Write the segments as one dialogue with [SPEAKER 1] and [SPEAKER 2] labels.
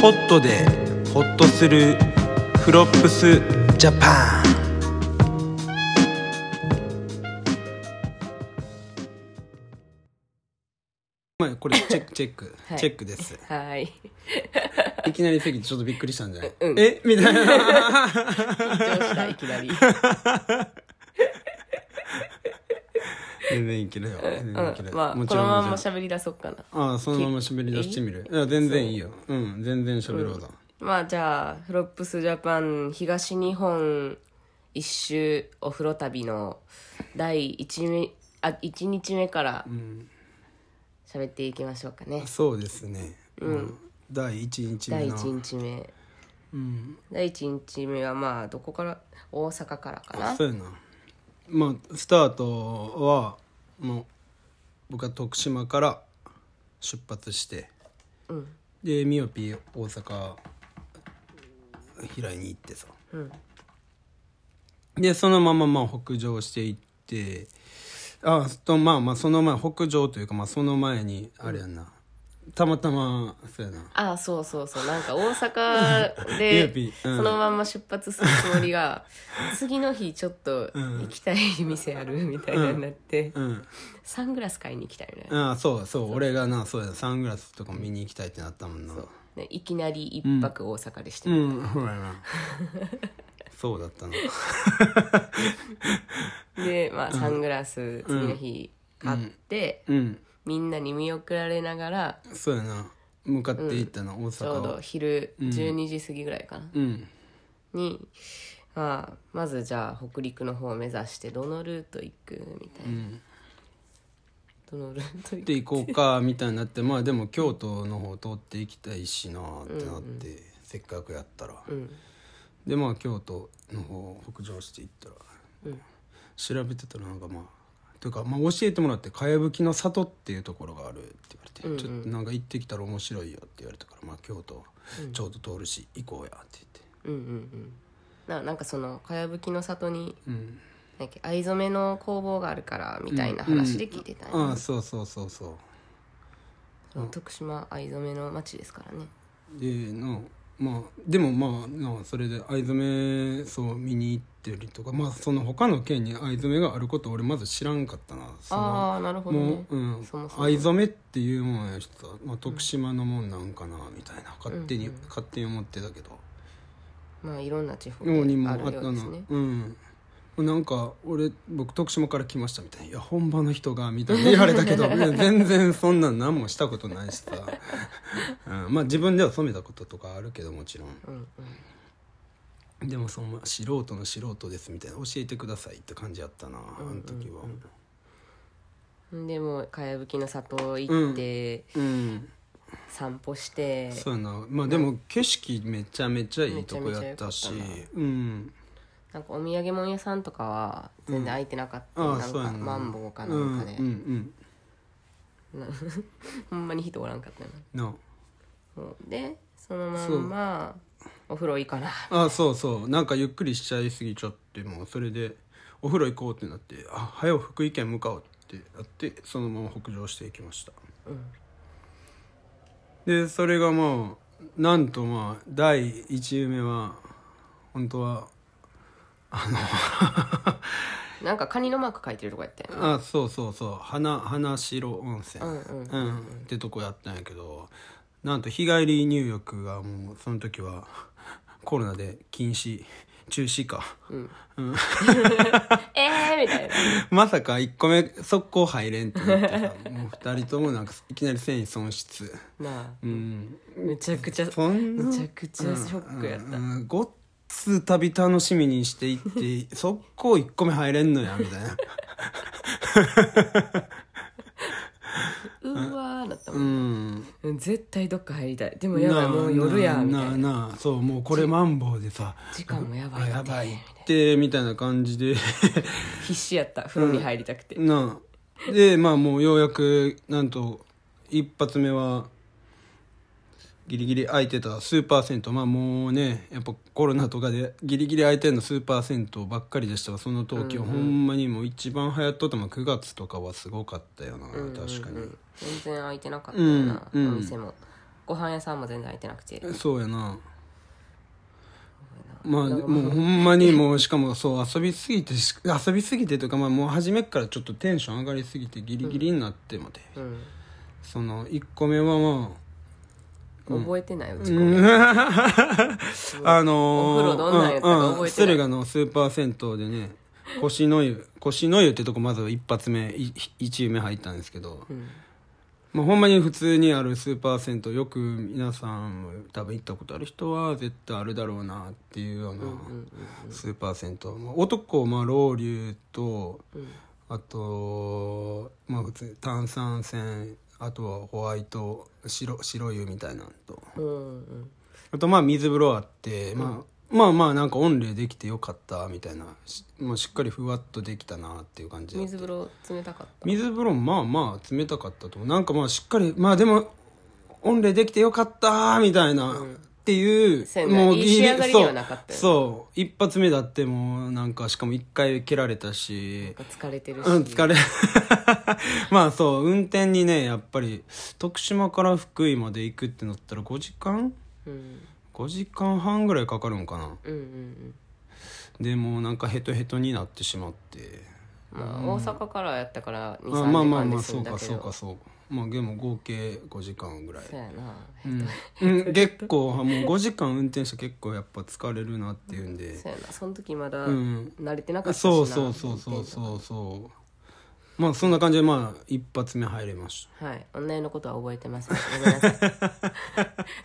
[SPEAKER 1] ホットでホッとするフロップスジャパンまあこれチェックチェック、
[SPEAKER 2] はい
[SPEAKER 1] チェックです
[SPEAKER 2] はい。
[SPEAKER 1] いきなりすぎてちょっとびっくりしたんじゃない、
[SPEAKER 2] うん
[SPEAKER 1] えみたい な
[SPEAKER 2] 緊張した、いきなり。
[SPEAKER 1] 全然いけるよ全然いけ
[SPEAKER 2] う
[SPEAKER 1] る、
[SPEAKER 2] ん、まあ、こ
[SPEAKER 1] もち
[SPEAKER 2] の
[SPEAKER 1] ろん
[SPEAKER 2] ま
[SPEAKER 1] も
[SPEAKER 2] ま
[SPEAKER 1] ちろん
[SPEAKER 2] 喋り出そうかな。
[SPEAKER 1] ああそのまま喋り出してみるいや全然いいようん全然喋ろうだ、
[SPEAKER 2] まあ、じゃあ、フロップスジャパン東日本一周お風呂旅の第一目、あ、一日目から喋っていきましょうかね。
[SPEAKER 1] そうですね、うん、第1日目
[SPEAKER 2] 第
[SPEAKER 1] の
[SPEAKER 2] 一日目。
[SPEAKER 1] うん
[SPEAKER 2] 第一日目はまあ、どこから大阪からかな
[SPEAKER 1] そ。うやなまあスタートはもう僕は徳島から出発して、
[SPEAKER 2] うん
[SPEAKER 1] でミオピー大阪平井に行ってさ
[SPEAKER 2] うん。
[SPEAKER 1] でそのまままあ北上していってあとまあまあその前北上というかまあその前にあれやんな、たまたまそうやな
[SPEAKER 2] あそうそうそうなんか大阪
[SPEAKER 1] いや
[SPEAKER 2] で
[SPEAKER 1] びうん
[SPEAKER 2] そのまま出発するつも りが次の日ちょっと行きたい店あるみたいなになって
[SPEAKER 1] うん
[SPEAKER 2] サングラス買いに行きたいね
[SPEAKER 1] ああそうそう俺がなそうやサングラスとか見に行きたいってなったもんな
[SPEAKER 2] ねいきなり一泊大阪でした
[SPEAKER 1] うんほら なそうだったな
[SPEAKER 2] でまあサングラス次の日買って
[SPEAKER 1] うん
[SPEAKER 2] みんなに見送られながら
[SPEAKER 1] そうやな向かっていったな、大
[SPEAKER 2] ちょう
[SPEAKER 1] 阪
[SPEAKER 2] ど
[SPEAKER 1] を
[SPEAKER 2] 昼12時過ぎぐらいかな
[SPEAKER 1] うん
[SPEAKER 2] にまあまずじゃあ北陸の方を目指してどのルート行くみたいなどのルート行く
[SPEAKER 1] で行こうかみたいになってまあでも京都の方通っていきたいしなってなって、せっかくやったら、
[SPEAKER 2] ん
[SPEAKER 1] でまあ京都の方北上していったら、調べてたらなんかまあというか、まあ、教えてもらって「かやぶきの里」っていうところがあるって言われて、ちょっとなんか行ってきたら面白いよって言われたから、まあ、京都ちょうど通るし行こうやって
[SPEAKER 2] うんうんうんななんかそのかやぶきの里に
[SPEAKER 1] 言って、うん、
[SPEAKER 2] なんか藍染めの工房があるからみたいな話で聞いてたんや
[SPEAKER 1] ああそうそうそうそう
[SPEAKER 2] その徳島藍染めの町ですからね
[SPEAKER 1] でなまあでもまあなそれで藍染めそう見に行ったりとかまあその他の県に藍染めがあること俺まず知らんかったなその
[SPEAKER 2] ああなるほど
[SPEAKER 1] も
[SPEAKER 2] ね
[SPEAKER 1] う、うん、
[SPEAKER 2] そもそも
[SPEAKER 1] 藍染めっていうもんやしさ、まあ、徳島のもんなんかなみたいな勝手に、勝手に思ってたけど
[SPEAKER 2] まあいろんな地方で
[SPEAKER 1] ようにもあ
[SPEAKER 2] あ
[SPEAKER 1] った
[SPEAKER 2] るよ
[SPEAKER 1] な
[SPEAKER 2] う
[SPEAKER 1] う
[SPEAKER 2] ですね
[SPEAKER 1] んなんか俺僕徳島から来ましたみたいな「いや本場の人が」みたいな言われたけ どいや全然そんなん何もしたことないしさ、うん、まあ自分では染めたこととかあるけどもちろん、
[SPEAKER 2] うん
[SPEAKER 1] でもその素人の素人ですみたいな教えてくださいって感じやったな、あの時は
[SPEAKER 2] うんでもうかやぶきの里行って
[SPEAKER 1] うん
[SPEAKER 2] 散歩して、
[SPEAKER 1] そうやなまあでも景色めちゃめちゃいいとこやったし
[SPEAKER 2] めちゃめちゃ良
[SPEAKER 1] うん
[SPEAKER 2] なんかお土産物屋さんとかは全然空いてなかった、
[SPEAKER 1] ああ
[SPEAKER 2] なん
[SPEAKER 1] そうや
[SPEAKER 2] か
[SPEAKER 1] な
[SPEAKER 2] マンボウかなんかで、
[SPEAKER 1] うんうん
[SPEAKER 2] ほんまに人おらんかったよ
[SPEAKER 1] うんな
[SPEAKER 2] なもうでそのまんまお風呂行かな
[SPEAKER 1] あそうそうなんかゆっくりしちゃいすぎちゃってもうそれでお風呂行こうってなってあ早う福井県向かおうってなってそのまま北上していきました、でそれがまあなんとまあ第1夢は本当は
[SPEAKER 2] なんかカニのマーク書いてるとこやったよ
[SPEAKER 1] あそうそうそう花花城温泉、
[SPEAKER 2] うんうん
[SPEAKER 1] ってとこやったんやけどなんと日帰り入浴がもうその時はコロナで禁止中止か、
[SPEAKER 2] ええー、みたいな
[SPEAKER 1] まさか1個目速攻入れんってなってさもう2人ともなんかいきなり繊維損失
[SPEAKER 2] なあ
[SPEAKER 1] うん
[SPEAKER 2] めちゃくちゃ
[SPEAKER 1] そんな
[SPEAKER 2] めちゃくちゃショックやった、
[SPEAKER 1] うんごっつ旅楽しみにしていって 速攻1個目入れんのやみたいな
[SPEAKER 2] うわーなったも、
[SPEAKER 1] うんん
[SPEAKER 2] 絶対どっか入りたいでもやばいもう夜や
[SPEAKER 1] なあ
[SPEAKER 2] みたい
[SPEAKER 1] な
[SPEAKER 2] な
[SPEAKER 1] あなあそうもうこれマンボウでさ
[SPEAKER 2] 時間もやばい
[SPEAKER 1] あ
[SPEAKER 2] って
[SPEAKER 1] やばいってみたいな感じで
[SPEAKER 2] 必死やった風呂に入りたくて、
[SPEAKER 1] なあでまあもうようやくなんと一発目はギリギリ空いてたスーパー銭湯まあもうねやっぱコロナとかでギリギリ空いてんのスーパー銭湯ばっかりでしたわその時は、ほんまにもう一番流行っとったのは9月とかはすごかったよな、確かに、
[SPEAKER 2] 全然空いてなかったよな、
[SPEAKER 1] うんうん
[SPEAKER 2] お店もご飯屋さんも全然空いてなくて
[SPEAKER 1] そうやなまあもうほんまにもうしかもそう遊びすぎてし遊びすぎてというか、まあ、もう初めっからちょっとテンション上がりすぎてギリギリになってもて、
[SPEAKER 2] うん
[SPEAKER 1] その1個目はまあ
[SPEAKER 2] 覚えてないうち、
[SPEAKER 1] うんあの
[SPEAKER 2] お風呂どんなんやったか覚えてない
[SPEAKER 1] うんうん駿河のスーパー銭湯でね腰の湯腰の湯ってとこまず一発目い一湯目入ったんですけど、まあ、ほんまに普通にあるスーパー銭湯よく皆さんも多分行ったことある人は絶対あるだろうなっていうようなスーパー銭湯、まあ、男まあ老流と、あとまあ普通炭酸泉あとはホワイト白白湯みたいなのと。
[SPEAKER 2] うんうん
[SPEAKER 1] あとまあ水風呂あって、まあ、まあまあなんか御礼できてよかったみたいなし,、まあ、しっかりふわっとできたなっていう感じだった
[SPEAKER 2] 水風呂冷たかった
[SPEAKER 1] 水風呂もまあまあ冷たかったと思うなんかまあしっかりまあでも御礼できてよかったみたいな、っていう
[SPEAKER 2] そうやな
[SPEAKER 1] も
[SPEAKER 2] いい仕上がりにはなかったよね
[SPEAKER 1] そうそう一発目だってもうなんかしかも一回蹴られたし
[SPEAKER 2] なんか疲れてるし、
[SPEAKER 1] うん、疲れ まあそう運転にねやっぱり徳島から福井まで行くってなったら5時間
[SPEAKER 2] うん、
[SPEAKER 1] 5時間半ぐらいかかるんかな
[SPEAKER 2] うんうんうん
[SPEAKER 1] でもうなんかヘトヘトになってしまって
[SPEAKER 2] まあ、大阪からやったから23時
[SPEAKER 1] あまあまあ
[SPEAKER 2] 間
[SPEAKER 1] ま
[SPEAKER 2] で
[SPEAKER 1] あ
[SPEAKER 2] 済
[SPEAKER 1] そ
[SPEAKER 2] ん
[SPEAKER 1] う
[SPEAKER 2] だ
[SPEAKER 1] か
[SPEAKER 2] け
[SPEAKER 1] そう
[SPEAKER 2] ど
[SPEAKER 1] かそうかまあでも合計5時間ぐらい
[SPEAKER 2] そうやな、
[SPEAKER 1] うん、うん、結構もう5時間運転して結構やっぱ疲れるなっていうんで
[SPEAKER 2] そうやなその時まだ
[SPEAKER 1] うん
[SPEAKER 2] 慣れてなかったしな、
[SPEAKER 1] そうそうそうそうそうそうまあそんな感じでまあ一発目入れまし
[SPEAKER 2] はい女湯のことは覚えてませんごめんなさい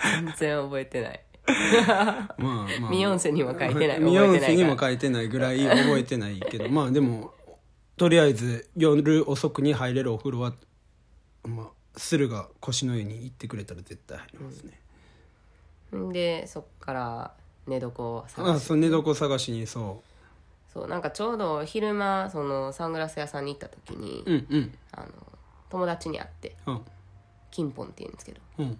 [SPEAKER 2] 全然覚えてない
[SPEAKER 1] たま あまあ
[SPEAKER 2] ミヨンセにも書いてない覚えてないから
[SPEAKER 1] ミヨンセにも書いてないぐらい覚えてないけ どまあでもとりあえず夜遅くに入れるお風呂は、まあ、駿河腰の湯に行ってくれたら絶対入りますね、
[SPEAKER 2] んでそっから寝床を
[SPEAKER 1] あ
[SPEAKER 2] 探し
[SPEAKER 1] そう寝床探しにそ
[SPEAKER 2] そうなんかちょうど昼間そのサングラス屋さんに行った時に、
[SPEAKER 1] ううんうん
[SPEAKER 2] あの友達に会って
[SPEAKER 1] あ
[SPEAKER 2] 金本って言うんですけど
[SPEAKER 1] うん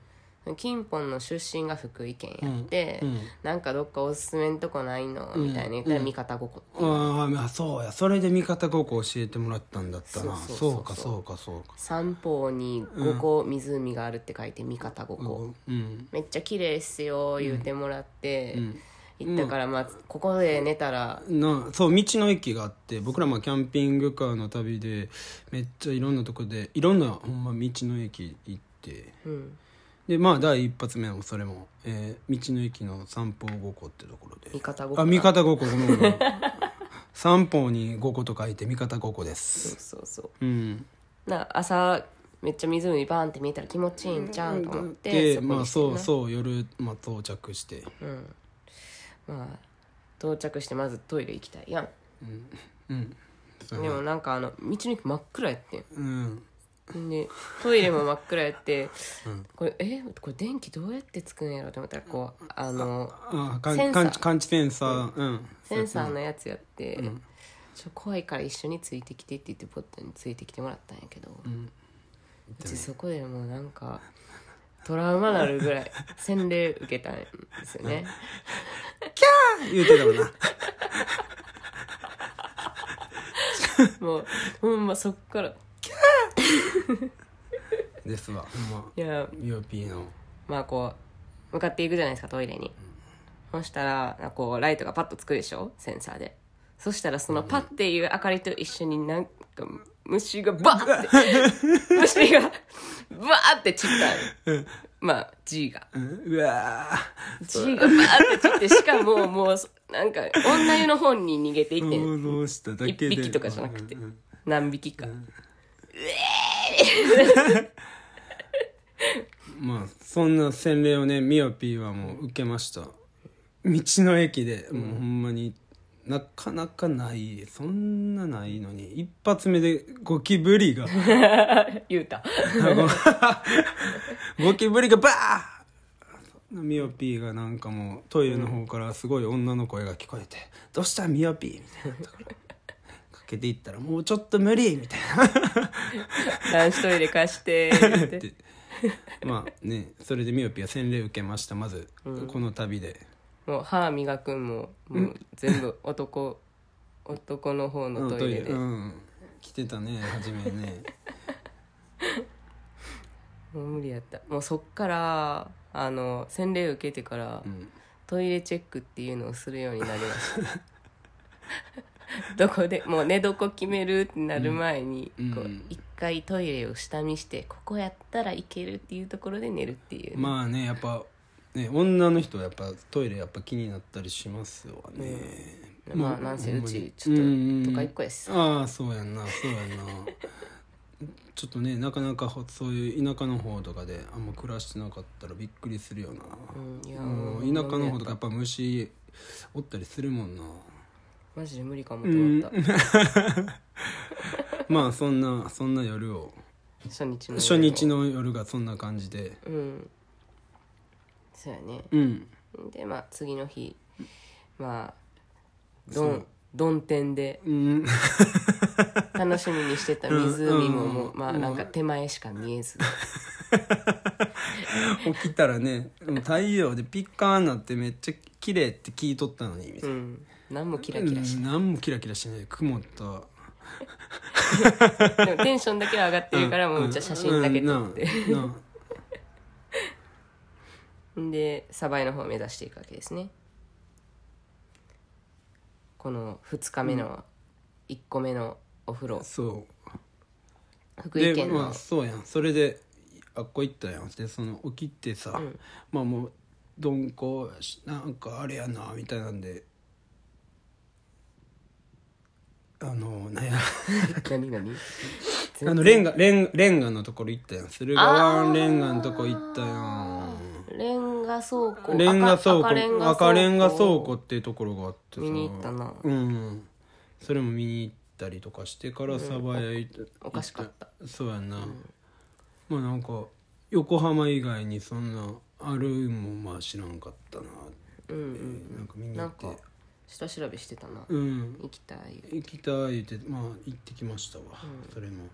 [SPEAKER 2] 金本の出身が福井県やって、なんかどっかおすすめんとこないの、みたいな言ったら味方ごこっていう、
[SPEAKER 1] ああそうやそれで味方高校教えてもらったんだったな
[SPEAKER 2] そ
[SPEAKER 1] そう
[SPEAKER 2] うそうそうそう
[SPEAKER 1] かそうかそうか
[SPEAKER 2] 三方に五個湖があるって書いて味方五個、
[SPEAKER 1] うん
[SPEAKER 2] めっちゃ綺麗っすよ言うてもらって、行ったからまあここで寝たら
[SPEAKER 1] なそう道の駅があって僕らまあキャンピングカーの旅でめっちゃいろんなとこでいろんなほんま道の駅行って
[SPEAKER 2] うん
[SPEAKER 1] でまあ第一発目もそれも、えー道の駅の三方五湖ってところ
[SPEAKER 2] 味
[SPEAKER 1] で
[SPEAKER 2] 方ごっこ
[SPEAKER 1] あ味方五湖ごめんごめん三方に五湖と書いて味方五湖で
[SPEAKER 2] そう
[SPEAKER 1] す
[SPEAKER 2] そうそ
[SPEAKER 1] う
[SPEAKER 2] う
[SPEAKER 1] ん
[SPEAKER 2] な朝めっちゃ湖バーンって見えたら気持ちいいんちゃうんと思って
[SPEAKER 1] でまあ
[SPEAKER 2] そこ
[SPEAKER 1] そ
[SPEAKER 2] に
[SPEAKER 1] う
[SPEAKER 2] して
[SPEAKER 1] そう夜、まあ、到着して
[SPEAKER 2] なうんまあ到着してまずトイレ行きたいやん
[SPEAKER 1] うんそう
[SPEAKER 2] でもなんかあの道の駅真っ暗やってん
[SPEAKER 1] うん
[SPEAKER 2] でトイレも真っ暗やって、これえこれ電気どうやってつくんやろと思ったらこうあの
[SPEAKER 1] あか
[SPEAKER 2] セン
[SPEAKER 1] ん
[SPEAKER 2] サー
[SPEAKER 1] 感知感知センサーうん
[SPEAKER 2] センサーのやつやって、ちょ怖いから一緒についてきてって言ってポットについてきてもらったんやけど、うちそこでもうなんかトラウマなるぐらい洗礼受けたんですよね
[SPEAKER 1] 言うてたもんな
[SPEAKER 2] もうほんまそっから
[SPEAKER 1] ですわほんま
[SPEAKER 2] いや
[SPEAKER 1] UOP の
[SPEAKER 2] まあこう向かっていくじゃないですかトイレに、そしたらなんかこうライトがパッとつくでしょセンサーでそしたらそのパッていう明かりと一緒になんか虫がバーって 虫がバーって散ったんよまあ G が
[SPEAKER 1] うんうわー
[SPEAKER 2] G がバーって散ってしかももうそなんか女湯の方に逃げていってん
[SPEAKER 1] 想像しただけ
[SPEAKER 2] 一
[SPEAKER 1] で
[SPEAKER 2] 匹とかじゃなくて何匹か
[SPEAKER 1] まあそんな洗礼をねミオピーはもう受けました道の駅でもうほんまになかなかないそんなないのに一発目でゴキブリが
[SPEAKER 2] 言うた
[SPEAKER 1] ゴキブリがバーミオピーがなんかもうトイレの方からすごい女の声が聞こえて「どうしたミオピー」みたいなところかけていったら「もうちょっと無理」みたいな
[SPEAKER 2] 男子トイレ貸して言って
[SPEAKER 1] でまあねそれでミオピア洗礼受けましたまず、この旅で
[SPEAKER 2] もう歯磨くんももう全部 男男の方のトイレで、
[SPEAKER 1] うん、来てたね初めね
[SPEAKER 2] もう無理やったもうそっからあの洗礼受けてから、
[SPEAKER 1] ん
[SPEAKER 2] トイレチェックっていうのをするようになりました どこでもう寝床決めるってなる前に、
[SPEAKER 1] うん
[SPEAKER 2] こう
[SPEAKER 1] うん
[SPEAKER 2] 一回トイレを下見してここやったらいけるっていうところで寝るっていう、
[SPEAKER 1] まあねやっぱね女の人はやっぱトイレやっぱ気になったりしますわね、
[SPEAKER 2] まあ
[SPEAKER 1] も
[SPEAKER 2] なんせ
[SPEAKER 1] ほ
[SPEAKER 2] うん
[SPEAKER 1] まに
[SPEAKER 2] ちちょっと
[SPEAKER 1] うん
[SPEAKER 2] 都会っ子やしさ
[SPEAKER 1] ああそうやんなそうやんなちょっとねなかなかほそういう田舎の方とかであんま暮らしてなかったらびっくりするよな、
[SPEAKER 2] うんいや
[SPEAKER 1] もう田舎の方とかやっぱ虫おったりするもんな
[SPEAKER 2] マジで無理かもと思った、
[SPEAKER 1] まあそんなそんな夜を
[SPEAKER 2] 初日の夜
[SPEAKER 1] 初日の夜がそんな感じで
[SPEAKER 2] うんそうやね
[SPEAKER 1] うん
[SPEAKER 2] でまあ次の日まあどんどん天で
[SPEAKER 1] うん
[SPEAKER 2] 楽しみにしてた湖ももう、
[SPEAKER 1] うん
[SPEAKER 2] まあなんか手前しか見えず
[SPEAKER 1] 起きたらねもう太陽でピッカーになってめっちゃ綺麗って聞いとったのにみた
[SPEAKER 2] う
[SPEAKER 1] いな、
[SPEAKER 2] ん何もキラキラし
[SPEAKER 1] 何もキラキラしてない曇った
[SPEAKER 2] てでもテンションだけは上がってるからもうめっちゃ写真だけ撮って、
[SPEAKER 1] うんなあなあ
[SPEAKER 2] でサバイの方を目指していくわけですねこの2日目の1個目のお風呂、
[SPEAKER 1] そ
[SPEAKER 2] 福
[SPEAKER 1] う
[SPEAKER 2] 井
[SPEAKER 1] で
[SPEAKER 2] 県の、
[SPEAKER 1] まあそうやんそれであっこ行ったやんでその起きてさ、まあもうどんこやしなんかあれやなみたいなんであのなんや
[SPEAKER 2] 何何
[SPEAKER 1] あのレンガレンレンガのところ行ったやん駿河湾レンガのとこ行ったやん
[SPEAKER 2] レンガ倉庫
[SPEAKER 1] レンガ倉庫
[SPEAKER 2] 赤
[SPEAKER 1] 赤
[SPEAKER 2] レ
[SPEAKER 1] レ
[SPEAKER 2] ン
[SPEAKER 1] ン
[SPEAKER 2] ガ
[SPEAKER 1] ガ
[SPEAKER 2] 倉庫
[SPEAKER 1] 倉庫っていうところがあってさ
[SPEAKER 2] 見に行ったな
[SPEAKER 1] うんそれも見に行ったりとかしてから鯖江行った、
[SPEAKER 2] おかしかった
[SPEAKER 1] そうやな、まあなんか横浜以外にそんなあるんもまあ知らんかったな、
[SPEAKER 2] うんうん
[SPEAKER 1] なんか見に行
[SPEAKER 2] なん
[SPEAKER 1] って
[SPEAKER 2] か下調べしてたな、
[SPEAKER 1] うん
[SPEAKER 2] 行きたい
[SPEAKER 1] 行きたいってまあ行ってきましたわ、それも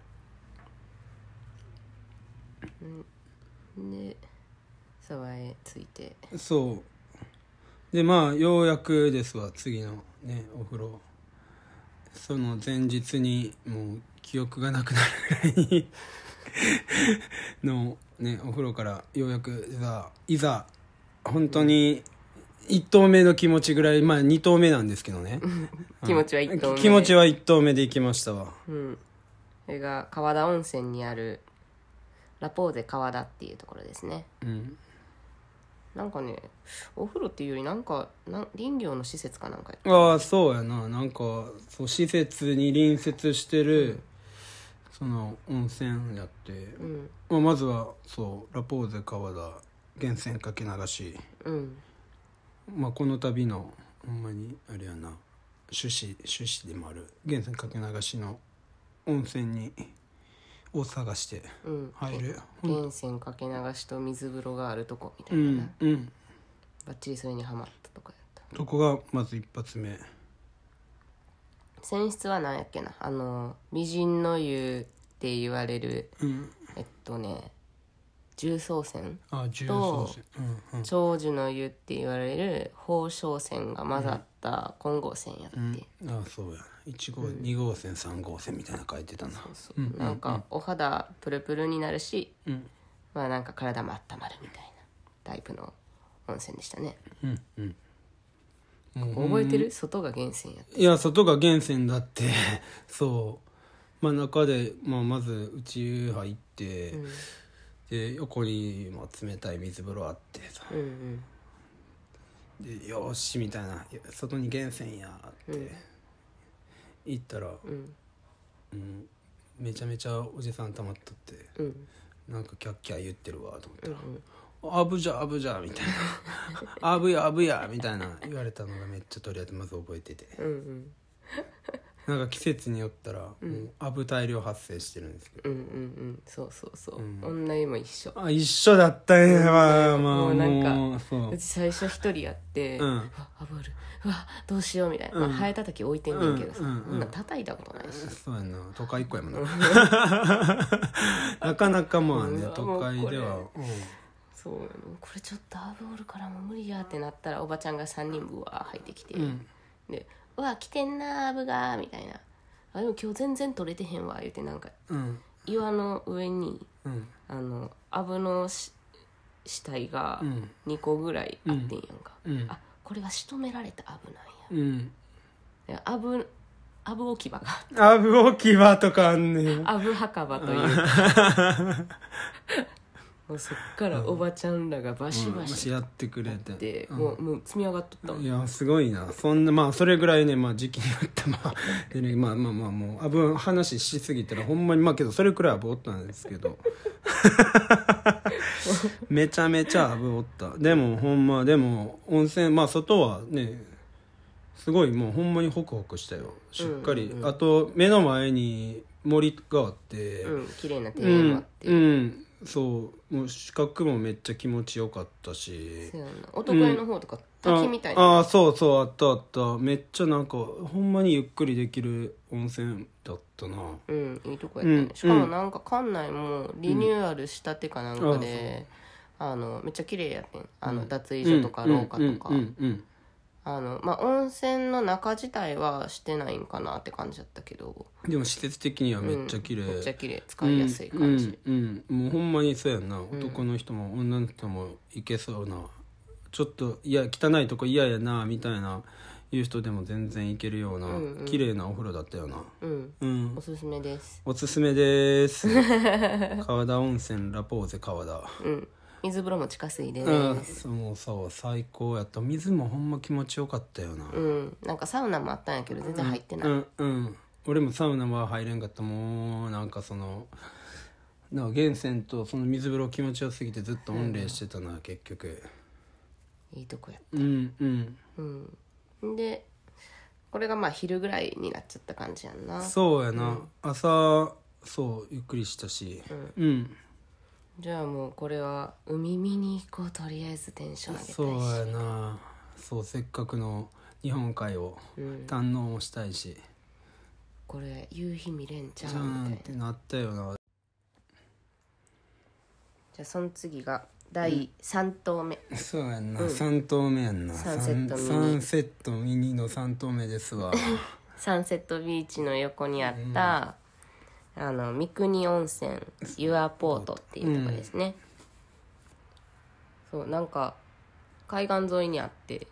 [SPEAKER 2] で沢へ着いて
[SPEAKER 1] そうでまあようやくですわ次のねお風呂その前日にもう記憶がなくなるぐらいにのねお風呂からようやくいざいざ本当に1投目の気持ちぐらいまあ2投目なんですけどね
[SPEAKER 2] 気持ちは一投目
[SPEAKER 1] 気持ちは1投目で行きましたわ
[SPEAKER 2] うんそれが川田温泉にあるラポーゼ川田っていうところですね
[SPEAKER 1] うん
[SPEAKER 2] なんかねお風呂っていうよりなんかなん林業の施設かなんかやった
[SPEAKER 1] ああそうやななんかそう施設に隣接してるその温泉やって、
[SPEAKER 2] うん
[SPEAKER 1] まあ、まずはそうラポーゼ川田源泉かけ流し、
[SPEAKER 2] うん
[SPEAKER 1] まあ、この旅のほんまにあれやな趣旨趣旨でもある源泉かけ流しの温泉にを探して
[SPEAKER 2] うん
[SPEAKER 1] 入るほん
[SPEAKER 2] 源泉かけ流しと水風呂があるとこみた
[SPEAKER 1] う
[SPEAKER 2] いな、
[SPEAKER 1] んうん
[SPEAKER 2] バッチリそれにはまったとこやった
[SPEAKER 1] そこがまず一発目
[SPEAKER 2] 泉質は何やっけなあの美人の湯って言われる
[SPEAKER 1] うん
[SPEAKER 2] えっとね重曹泉
[SPEAKER 1] あ重曹泉うんうん
[SPEAKER 2] 長寿の湯って言われる宝生泉が混ざった混合泉やって、
[SPEAKER 1] ああそうや1号、2号線3号線みたいなの書いてたな
[SPEAKER 2] そうなんかお肌プルプルになるし、
[SPEAKER 1] うん
[SPEAKER 2] まあなんか体も温まるみたいなタイプの温泉でしたね、
[SPEAKER 1] うんうんもう
[SPEAKER 2] 覚えてる外が源泉やって
[SPEAKER 1] いや外が源泉だって そうまあ中で、まあ、まずうち入って、で横にも冷たい水風呂あってさ
[SPEAKER 2] うんうん
[SPEAKER 1] でよーしみたいな外に源泉やって、行ったら、
[SPEAKER 2] ん
[SPEAKER 1] うんめちゃめちゃおじさんたまっとって
[SPEAKER 2] うん
[SPEAKER 1] なんかキャッキャ言ってるわと思ったら「あぶじゃあぶじゃ」みたい な「あぶやあぶや」みたいな言われたのがめっちゃとりあえずまず覚えてて。
[SPEAKER 2] うんうん
[SPEAKER 1] なんか季節によったら、もうアブ大量発生してるんですけど、
[SPEAKER 2] うんうんうんそうそうそう、女湯も一緒
[SPEAKER 1] あ一緒だったんやまあまあ
[SPEAKER 2] もうなんか
[SPEAKER 1] もうそう
[SPEAKER 2] うち最初一人やって、
[SPEAKER 1] うん
[SPEAKER 2] わあぶるうわどうしようみたいな、まあ、
[SPEAKER 1] うん
[SPEAKER 2] ハエ叩き置いてんねんけどさ、
[SPEAKER 1] うんうんうん
[SPEAKER 2] そんな叩いたことないし、
[SPEAKER 1] そうやな都会っ子やもんな なかなかまあね
[SPEAKER 2] うわ
[SPEAKER 1] 都会では
[SPEAKER 2] もうそうやのこれちょっとアブおるからもう無理やってなったらおばちゃんが3人ぶわー入ってきて、
[SPEAKER 1] うん
[SPEAKER 2] で「うわ来てんなアブが」みたいな「あでも今日全然取れてへんわ」言うてなんか
[SPEAKER 1] うん
[SPEAKER 2] 岩の上に
[SPEAKER 1] うん
[SPEAKER 2] あのアブのし死体が
[SPEAKER 1] うん
[SPEAKER 2] 2個ぐらいあってんやんか、
[SPEAKER 1] うん
[SPEAKER 2] あこれは仕留められたアブなんや
[SPEAKER 1] うん
[SPEAKER 2] でアブアブ置き場が
[SPEAKER 1] アブ置き場とかあんね ん
[SPEAKER 2] アブ墓場というかもうそっからおばちゃんらがバシ
[SPEAKER 1] も
[SPEAKER 2] バ
[SPEAKER 1] し
[SPEAKER 2] シ
[SPEAKER 1] やってくれて
[SPEAKER 2] で、
[SPEAKER 1] うん
[SPEAKER 2] もうもう積み上がっとったわ
[SPEAKER 1] いやすごいなそんなまあそれぐらいねまあ時期によってまあ でねまあまあまあもう危ん話しすぎたらほんまにまあけどそれくらい危おったんですけど めちゃめちゃ危おったでもほんまでも温泉まあ外はねすごいもうほんまにホクホクしたよしっかり、
[SPEAKER 2] うんうん
[SPEAKER 1] あと目の前に森があって、
[SPEAKER 2] うん綺麗な庭
[SPEAKER 1] う
[SPEAKER 2] 園もあっ
[SPEAKER 1] ん、
[SPEAKER 2] て、
[SPEAKER 1] うん、そうもう四角もめっちゃ気持ちよかったし
[SPEAKER 2] そうやな男湯の方とか滝みたいな、
[SPEAKER 1] ああーそうそうあったあっためっちゃなんかほんまにゆっくりできる温泉だったな
[SPEAKER 2] うん、いいとこやったね、
[SPEAKER 1] うん
[SPEAKER 2] しかもなんか館内もリニューアルしたてかなんかで、あのめっちゃ綺麗やってんあの、脱衣所とか廊下とか、
[SPEAKER 1] うんうんうん
[SPEAKER 2] あのまあ温泉の中自体はしてないんかなって感じだったけど
[SPEAKER 1] うんでも施設的にはめっちゃ綺麗、
[SPEAKER 2] うんめっちゃ綺麗
[SPEAKER 1] う
[SPEAKER 2] 使
[SPEAKER 1] ん
[SPEAKER 2] いやすい感じ、
[SPEAKER 1] うんうんもうほんまにそうやんな男の人も女の人も行けそうな、ちょっといや汚いとこ嫌やなみたいないう人でも全然行けるような、綺麗なお風呂だったよな
[SPEAKER 2] うん
[SPEAKER 1] うん
[SPEAKER 2] おすすめです
[SPEAKER 1] おすすめです川田温泉ラポーゼ川田
[SPEAKER 2] うん水風呂も近すぎで
[SPEAKER 1] う
[SPEAKER 2] ね
[SPEAKER 1] ん、そうもうそう最高やった水もほんま気持ちよかったよな、
[SPEAKER 2] うん、なんかサウナもあったんやけど全然入ってない、
[SPEAKER 1] うんうん俺もサウナは入れんかったもうなんかそのなんか源泉とその水風呂気持ちよすぎてずっと御礼してたな、結局
[SPEAKER 2] いいとこや
[SPEAKER 1] うんうん
[SPEAKER 2] んでこれがまあ昼ぐらいになっちゃった感じやんな
[SPEAKER 1] そうやな、朝そうゆっくりしたしうん、
[SPEAKER 2] じゃあもうこれは海見に行こうとりあえずテンション上げたいし
[SPEAKER 1] そうやなそうせっかくの日本海を堪能したいし、
[SPEAKER 2] これ夕日見れんちゃう
[SPEAKER 1] じゃーん
[SPEAKER 2] みたい
[SPEAKER 1] っ
[SPEAKER 2] な
[SPEAKER 1] てなったよな
[SPEAKER 2] じゃあその次が第3投目、
[SPEAKER 1] そうやんな、三3頭目やんな
[SPEAKER 2] サンセットミニ
[SPEAKER 1] サンサンセットミニの3頭目ですわ
[SPEAKER 2] サンセットビーチの横にあった、あの三国温泉ユアポートっていうとこですね、そうなんか海岸沿いにあって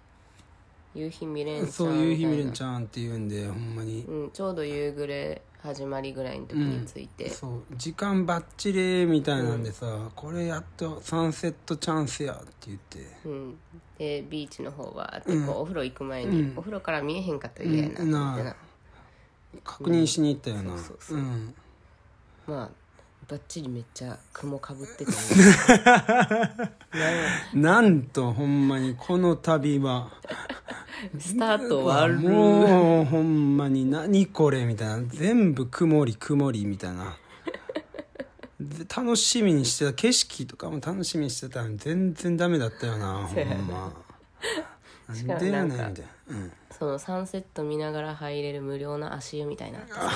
[SPEAKER 2] 夕日見れんちゃうみたい
[SPEAKER 1] そ
[SPEAKER 2] な
[SPEAKER 1] ういう日見れんちゃうんって言うんでほんまに、
[SPEAKER 2] うん、ちょうど夕暮れ始まりぐらいの時に着いて、
[SPEAKER 1] そう時間ばっちりみたいなんでさ、これやっとサンセットチャンスやって言って
[SPEAKER 2] うん、でビーチの方は結構お風呂行く前に、お風呂から見えへんかったら嫌やなって
[SPEAKER 1] うん
[SPEAKER 2] 言ってな
[SPEAKER 1] な、確認しに行ったよな、うん、
[SPEAKER 2] まあばっちりめっちゃ雲かぶってたね
[SPEAKER 1] なんとほんまにこの旅は
[SPEAKER 2] スタート悪
[SPEAKER 1] もうほんまに何これみたいな全部曇り曇りみたい なで楽しみにしてた景色とかも楽しみにしてたのに全然ダメだったよなほんまなんでやねんみたいなうん
[SPEAKER 2] そのサンセット見ながら入れる無料の足湯みたいなのあってさ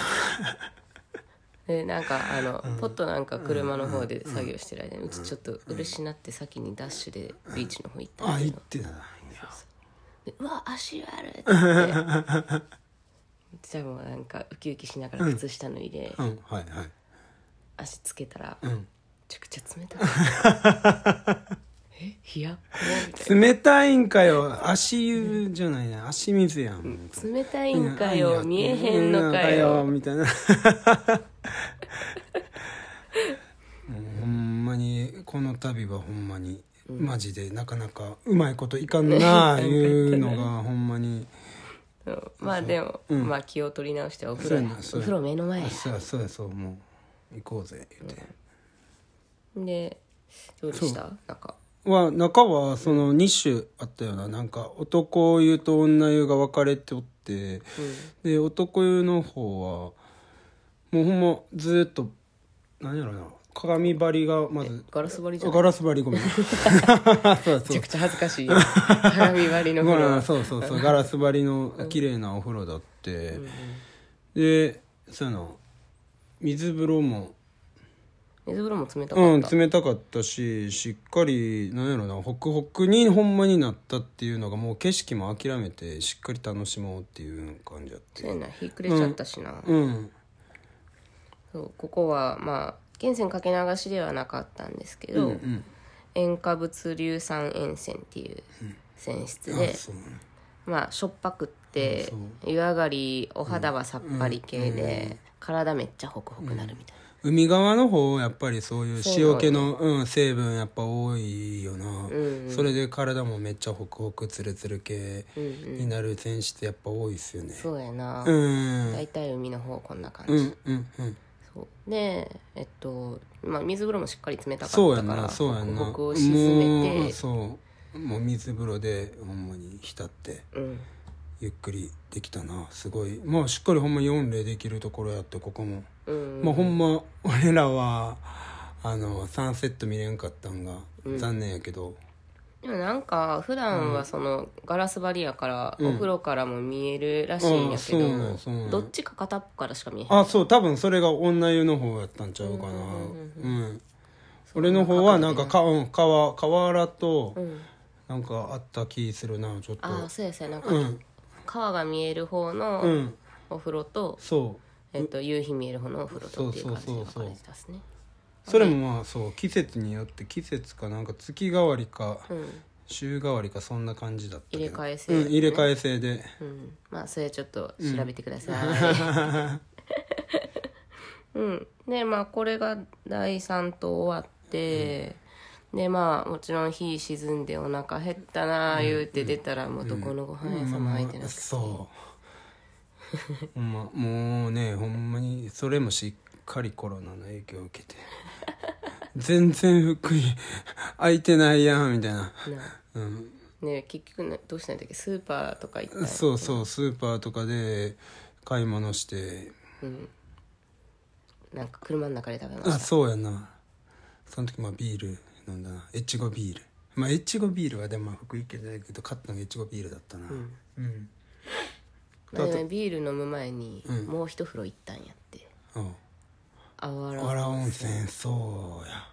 [SPEAKER 2] でなんかあの、ポットなんか車の方で作業してる間にうちちょっと嬉しなって先にダッシュでビーチの方行ったん
[SPEAKER 1] あ
[SPEAKER 2] だけ
[SPEAKER 1] 言
[SPEAKER 2] ど
[SPEAKER 1] ってたな
[SPEAKER 2] でうわ足湯あるって言って じゃあもうなんかウキウキしながら靴下脱いで、
[SPEAKER 1] うんはいはい
[SPEAKER 2] 足つけたら、
[SPEAKER 1] ん
[SPEAKER 2] めちゃくちゃ冷たい え冷やっこみたい
[SPEAKER 1] 冷たいんかよ足湯じゃないな足水やん、
[SPEAKER 2] な冷たいんかよ、見えへんのかよ、
[SPEAKER 1] みたいなほんまにこの旅はほんまにマジでなかなかうまいこといかんなあいうのがほんまに
[SPEAKER 2] そうまあでも、まあ気を取り直してお風
[SPEAKER 1] そう
[SPEAKER 2] 呂
[SPEAKER 1] や
[SPEAKER 2] や
[SPEAKER 1] な
[SPEAKER 2] お
[SPEAKER 1] そうや
[SPEAKER 2] 風呂目の前や
[SPEAKER 1] そうやそうやそうもう行こうぜ言って、
[SPEAKER 2] でどうでしたなんか
[SPEAKER 1] は中はその2種あったよななんか男湯と女湯が分かれておって、で男湯の方はもうほんまずーっと何やろな鏡張りがまず
[SPEAKER 2] ガラス張りじゃん
[SPEAKER 1] ガラス張りごめんそう
[SPEAKER 2] めち
[SPEAKER 1] そ
[SPEAKER 2] ゃ
[SPEAKER 1] う
[SPEAKER 2] くちゃ恥ずかしい鏡張りの風
[SPEAKER 1] まあ
[SPEAKER 2] 呂
[SPEAKER 1] そうそうそうガラス張りの綺麗なお風呂だって、でその水風呂も
[SPEAKER 2] 水風呂も冷た
[SPEAKER 1] う
[SPEAKER 2] か
[SPEAKER 1] ん
[SPEAKER 2] った、
[SPEAKER 1] 冷たかったししっかりなんやろなホクホクにほんまになったっていうのがもう景色も諦めてしっかり楽しもうっていう感じやって
[SPEAKER 2] そうやなひっくれちゃったしな、
[SPEAKER 1] うん
[SPEAKER 2] そうここはまあ源泉かけ流しではなかったんですけど、
[SPEAKER 1] うん
[SPEAKER 2] 塩化物硫酸塩泉っていう泉質
[SPEAKER 1] あ
[SPEAKER 2] で、
[SPEAKER 1] そうね
[SPEAKER 2] まあしょっぱくって湯上がりお肌はさっぱり系で、体めっちゃホクホクなるみたい
[SPEAKER 1] 海側の方やっぱりそういう塩気のう、ん、成分やっぱ多いよな、それで体もめっちゃホクホクツルツル系になる泉質やっぱ多いっすよね
[SPEAKER 2] な、そうやな、
[SPEAKER 1] うん、うん
[SPEAKER 2] 大体海の方こんな感じ、
[SPEAKER 1] うんうん
[SPEAKER 2] そうでえっと、まあ、水風呂もしっかり冷たかった
[SPEAKER 1] そうやん
[SPEAKER 2] か
[SPEAKER 1] な
[SPEAKER 2] ら
[SPEAKER 1] そうやんな
[SPEAKER 2] ホクホクを沈め
[SPEAKER 1] もう
[SPEAKER 2] て
[SPEAKER 1] そうもう水風呂でほんまに浸って
[SPEAKER 2] うん
[SPEAKER 1] ゆっくりできたなすごいまあしっかりほんま4例できるところやってここも、
[SPEAKER 2] うん
[SPEAKER 1] まあほんま俺らはあのサンセット見れんかったんが残念やけど、
[SPEAKER 2] でもなんか普段はそのガラス張りやからお風呂からも見えるらしいんやけど、
[SPEAKER 1] ああそうなんそうなん
[SPEAKER 2] どっちか片っぽからしか見えへん
[SPEAKER 1] あそう多分それが女湯の方やったんちゃうかなうん俺の方はなんかか、うん、川河原となんかあった気するなちょっと
[SPEAKER 2] ああそうやそうやなんか、
[SPEAKER 1] うん
[SPEAKER 2] 川が見える方
[SPEAKER 1] う
[SPEAKER 2] の
[SPEAKER 1] ん
[SPEAKER 2] お風呂と,、
[SPEAKER 1] そう
[SPEAKER 2] えっと夕日見える方のお風呂とっていう感じの感じですね
[SPEAKER 1] それもまあそう季節によって季節かなんか月替わりか
[SPEAKER 2] うん、
[SPEAKER 1] 週替わりかそんな感じだったけど
[SPEAKER 2] 入れ替え制
[SPEAKER 1] うん、入れ替え制で
[SPEAKER 2] うん、まあそれちょっと調べてくださ い、うんでまあこれが第3棟終わって、でまあもちろん日沈んでお腹減ったなあ言うて出たらもうどこのご飯屋さんも空いてなくて、
[SPEAKER 1] そうほんまもうねほんまにそれもしっかりコロナの影響を受 けて全然福井空いてないやんみたいな、
[SPEAKER 2] な
[SPEAKER 1] うん、
[SPEAKER 2] ね結局ねどうしたんだっけスーパーとか行ったら
[SPEAKER 1] そうそうスーパーとかで買い物して
[SPEAKER 2] なんか車の中で食べま
[SPEAKER 1] あ
[SPEAKER 2] し
[SPEAKER 1] そうやなその時まあビール飲んだな越後ビールまあ越後ビールはでもまあ福井県じゃないけど買ったのが越後ビールだったなうん、
[SPEAKER 2] た、まあでもビール飲む前にもう一風呂行ったんやって
[SPEAKER 1] うん
[SPEAKER 2] あわら
[SPEAKER 1] わら温泉そうや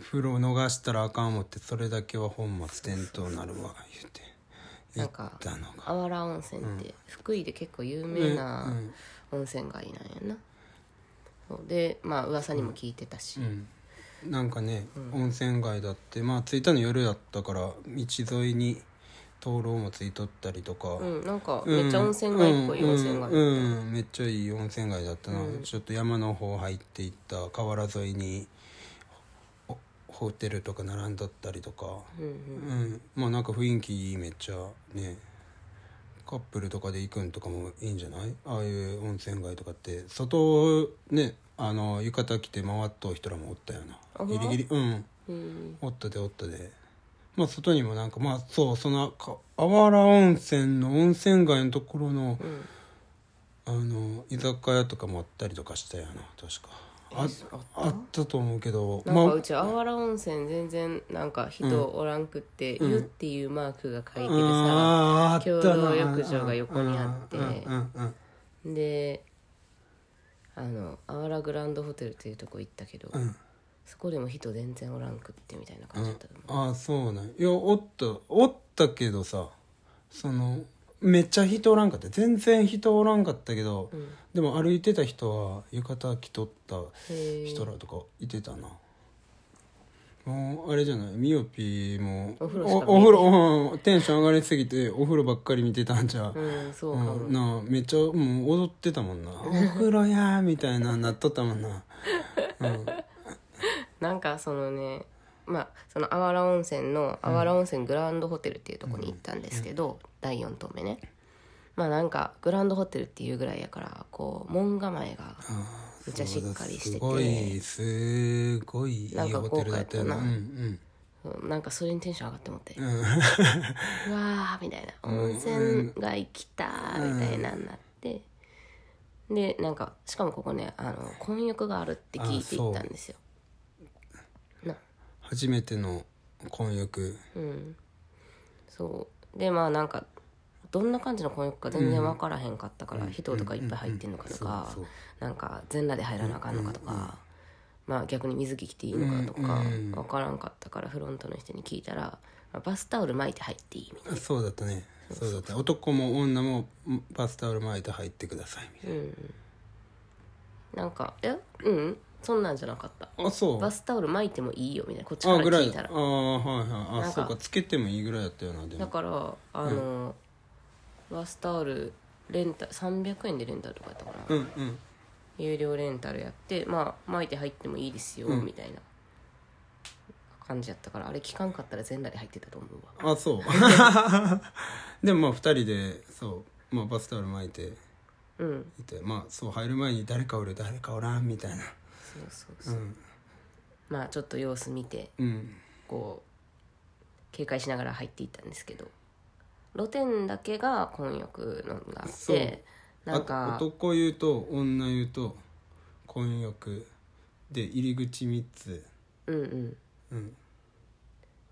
[SPEAKER 1] 風呂逃したらあかん思ってそれだけは本末転倒なるわ言うて言
[SPEAKER 2] なん
[SPEAKER 1] っ
[SPEAKER 2] か
[SPEAKER 1] たのが
[SPEAKER 2] あわら温泉って福井で結構有名な温泉街なんやな、そうでまあ噂にも聞いてたし、
[SPEAKER 1] うんなんかね、温泉街だってまあ着いたの夜だったから道沿いに灯籠もついとったりとか、
[SPEAKER 2] うんなんかめっちゃ温泉街っぽい温泉街、
[SPEAKER 1] うんうんうんめっちゃいい温泉街だったな、ちょっと山の方入っていった河原沿いにほホテルとか並んどったりとか
[SPEAKER 2] うん
[SPEAKER 1] うん、まあなんか雰囲気いいめっちゃねカップルとかで行くんとかもいいんじゃないああいう温泉街とかって外ねあの浴衣着て回っとう人らもおったよなギリギリうん
[SPEAKER 2] うん
[SPEAKER 1] おったでおったでまあ外にもなんかまあそうそのかあわら温泉の温泉街のところの、あの居酒屋とかもあったりとかしたよな確かああったと思うけど
[SPEAKER 2] なん
[SPEAKER 1] ま
[SPEAKER 2] か
[SPEAKER 1] あ
[SPEAKER 2] うちあわら温泉全然なんか人おらんくって「湯」っていうマークが書いてるさ、
[SPEAKER 1] あーあったな
[SPEAKER 2] 共同浴場が横にあって
[SPEAKER 1] うんうんうん
[SPEAKER 2] であのあわらグランドホテルっていうとこ行ったけど、
[SPEAKER 1] うん
[SPEAKER 2] そこでも人全然おらんくってみたいな感じだったと思う
[SPEAKER 1] ああそうなんいやおったおったけどさそのめっちゃ人おらんかった全然人おらんかったけど、でも歩いてた人は浴衣着とった
[SPEAKER 2] へえ
[SPEAKER 1] 人らとかいてたなもうあれじゃないミオピーも
[SPEAKER 2] お風呂し
[SPEAKER 1] お
[SPEAKER 2] か見えな
[SPEAKER 1] お
[SPEAKER 2] い
[SPEAKER 1] 風呂、うんテンション上がりすぎてお風呂ばっかり見てたんじゃう
[SPEAKER 2] うんそうかも、
[SPEAKER 1] うんなあめっちゃもう踊ってたもんな お風呂やーみたいななっとったもんな
[SPEAKER 2] なんかそのねまあそのあわら温泉のあわら温泉グランドホテルっていうとこに行ったんですけど、第4棟目ねまあなんかグランドホテルっていうぐらいやからこう門構えがめっちゃしっかりして
[SPEAKER 1] すご
[SPEAKER 2] て
[SPEAKER 1] いすごいいいホテルだったよな
[SPEAKER 2] な
[SPEAKER 1] うんん
[SPEAKER 2] か
[SPEAKER 1] うん
[SPEAKER 2] うんなんかそれにテンション上がって思って「う
[SPEAKER 1] うん
[SPEAKER 2] わー」みたいな「温泉街来た」みたいなんなって、でなんかしかもここねあの混浴があるって聞いて行ったんですよ
[SPEAKER 1] 初めての混浴
[SPEAKER 2] うんそうでまあなんかどんな感じの婚約か全然分からへんかったから、人とかいっぱい入ってんのかとか、
[SPEAKER 1] うんうんうんそう
[SPEAKER 2] なんか全裸で入らなあかんのかとか、まあ逆に水着着ていいのかとか、
[SPEAKER 1] う
[SPEAKER 2] わ
[SPEAKER 1] んうん
[SPEAKER 2] 分からんかったからフロントの人に聞いたらまあバスタオル巻いて入っていいみたい
[SPEAKER 1] そうだったねそうだった男も女もバスタオル巻いて入ってくださいみたい
[SPEAKER 2] ななんかえうんそんなんじゃなかった
[SPEAKER 1] なあそう
[SPEAKER 2] バスタオル巻いてもいいよみたいなこっちか
[SPEAKER 1] あ
[SPEAKER 2] ら
[SPEAKER 1] ぐら
[SPEAKER 2] 聞い
[SPEAKER 1] いだ
[SPEAKER 2] たら
[SPEAKER 1] ああはいはい
[SPEAKER 2] な
[SPEAKER 1] あ
[SPEAKER 2] んか
[SPEAKER 1] そうかつけてもいいぐらいだったよなで
[SPEAKER 2] だ
[SPEAKER 1] も
[SPEAKER 2] からあの、バスタオルレンタ300円でレンタルとかやったかな、
[SPEAKER 1] うんうん
[SPEAKER 2] 有料レンタルやってまあ巻いて入ってもいいですよ、みたいな感じやったからあれ聞かんかったら全裸で入ってたと思うわ
[SPEAKER 1] あそう でもまあ2人でそう、まあ、バスタオル巻いて
[SPEAKER 2] うん
[SPEAKER 1] いてまあそう入る前に誰かおる誰かおらんみたいな
[SPEAKER 2] そうそうそう、まあちょっと様子見て
[SPEAKER 1] うん
[SPEAKER 2] こう警戒しながら入っていったんですけど露天だけが混浴のがあっ
[SPEAKER 1] そう
[SPEAKER 2] てなん
[SPEAKER 1] あ
[SPEAKER 2] か
[SPEAKER 1] と男湯と女湯と混浴で入り口3つ
[SPEAKER 2] うん
[SPEAKER 1] うん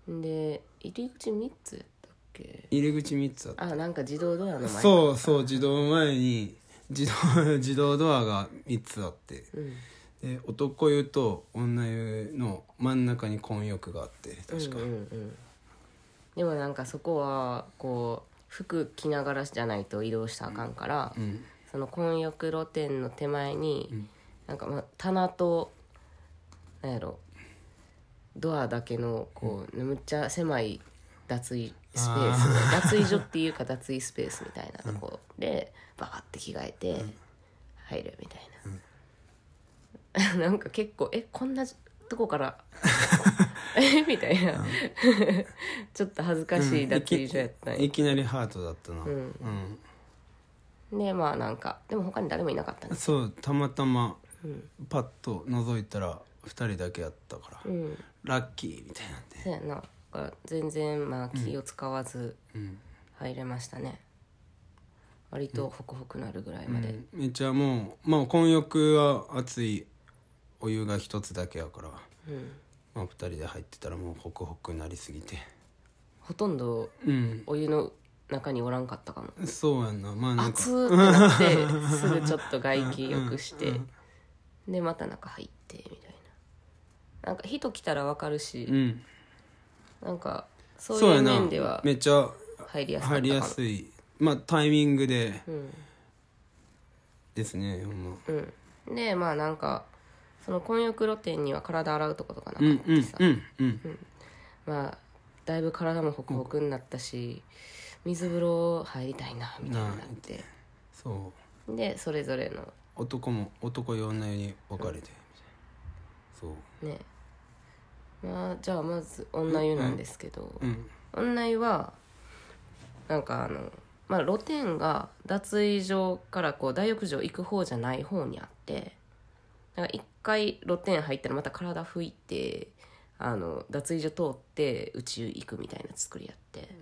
[SPEAKER 2] うんで入り口3つやったっけ
[SPEAKER 1] 入り口3つあった
[SPEAKER 2] あなんか自動ドアの前か
[SPEAKER 1] そうそう自動前に自動 自動ドアが3つあって
[SPEAKER 2] うん
[SPEAKER 1] で男湯と女湯の真ん中に混浴があって確か、
[SPEAKER 2] うんうんうん、でもなんかそこはこう服着ながらじゃないと移動したらあかんから、
[SPEAKER 1] ん
[SPEAKER 2] その混浴露店の手前に、なんかまあ棚となんやろドアだけのこう、むっちゃ狭い脱衣スペース脱衣所っていうか脱衣スペースみたいなとこ でバーって着替えて入るみたい な、なんか結構えこんなとこから えみたいな ちょっと恥ずかしい脱衣所やったんや
[SPEAKER 1] いきなりハートだったな、うん
[SPEAKER 2] でまあなんかでも他に誰もいなかったんです
[SPEAKER 1] そうたまたまパッと覗いたら2人だけやったから、
[SPEAKER 2] うん
[SPEAKER 1] ラッキーみたいになって
[SPEAKER 2] そうやなだから全然まあ気を使わず入れましたね、割とホクホクなるぐらいまで、
[SPEAKER 1] めっちゃもうまあ混浴は熱いお湯が一つだけやから、まあ、2人で入ってたらもうホクホクなりすぎて
[SPEAKER 2] ほとんど
[SPEAKER 1] うん
[SPEAKER 2] お湯の中におらんかったかも
[SPEAKER 1] そうやんなまあなんか
[SPEAKER 2] 熱ってなっ てすぐちょっと外気よくして、でまた中入ってみたいななんか人来たらわかるし、
[SPEAKER 1] うん
[SPEAKER 2] なんかそう
[SPEAKER 1] そう
[SPEAKER 2] い
[SPEAKER 1] や
[SPEAKER 2] う
[SPEAKER 1] な
[SPEAKER 2] 面では
[SPEAKER 1] めっちゃ
[SPEAKER 2] 入りやすかっ
[SPEAKER 1] 入
[SPEAKER 2] たか
[SPEAKER 1] り
[SPEAKER 2] も
[SPEAKER 1] やすいまあタイミングで
[SPEAKER 2] うん
[SPEAKER 1] ですねほんま
[SPEAKER 2] うん、でまあなんかその混浴露店には体洗うとことかな
[SPEAKER 1] う
[SPEAKER 2] か
[SPEAKER 1] ん
[SPEAKER 2] もってさ、
[SPEAKER 1] うんうん
[SPEAKER 2] まあだいぶ体もホクホクになったし水風呂入りたいなみたいになって
[SPEAKER 1] そう
[SPEAKER 2] でそれぞれの
[SPEAKER 1] 男も男用女用に分かれてそう
[SPEAKER 2] ねまあじゃあまず女湯なんですけど、
[SPEAKER 1] うん
[SPEAKER 2] 女湯はなんかあの、まあ、露店が脱衣所からこう大浴場行く方じゃない方にあってなんか一回露店入ったらまた体拭いてあの脱衣所通って宇宙行くみたいな作りやって、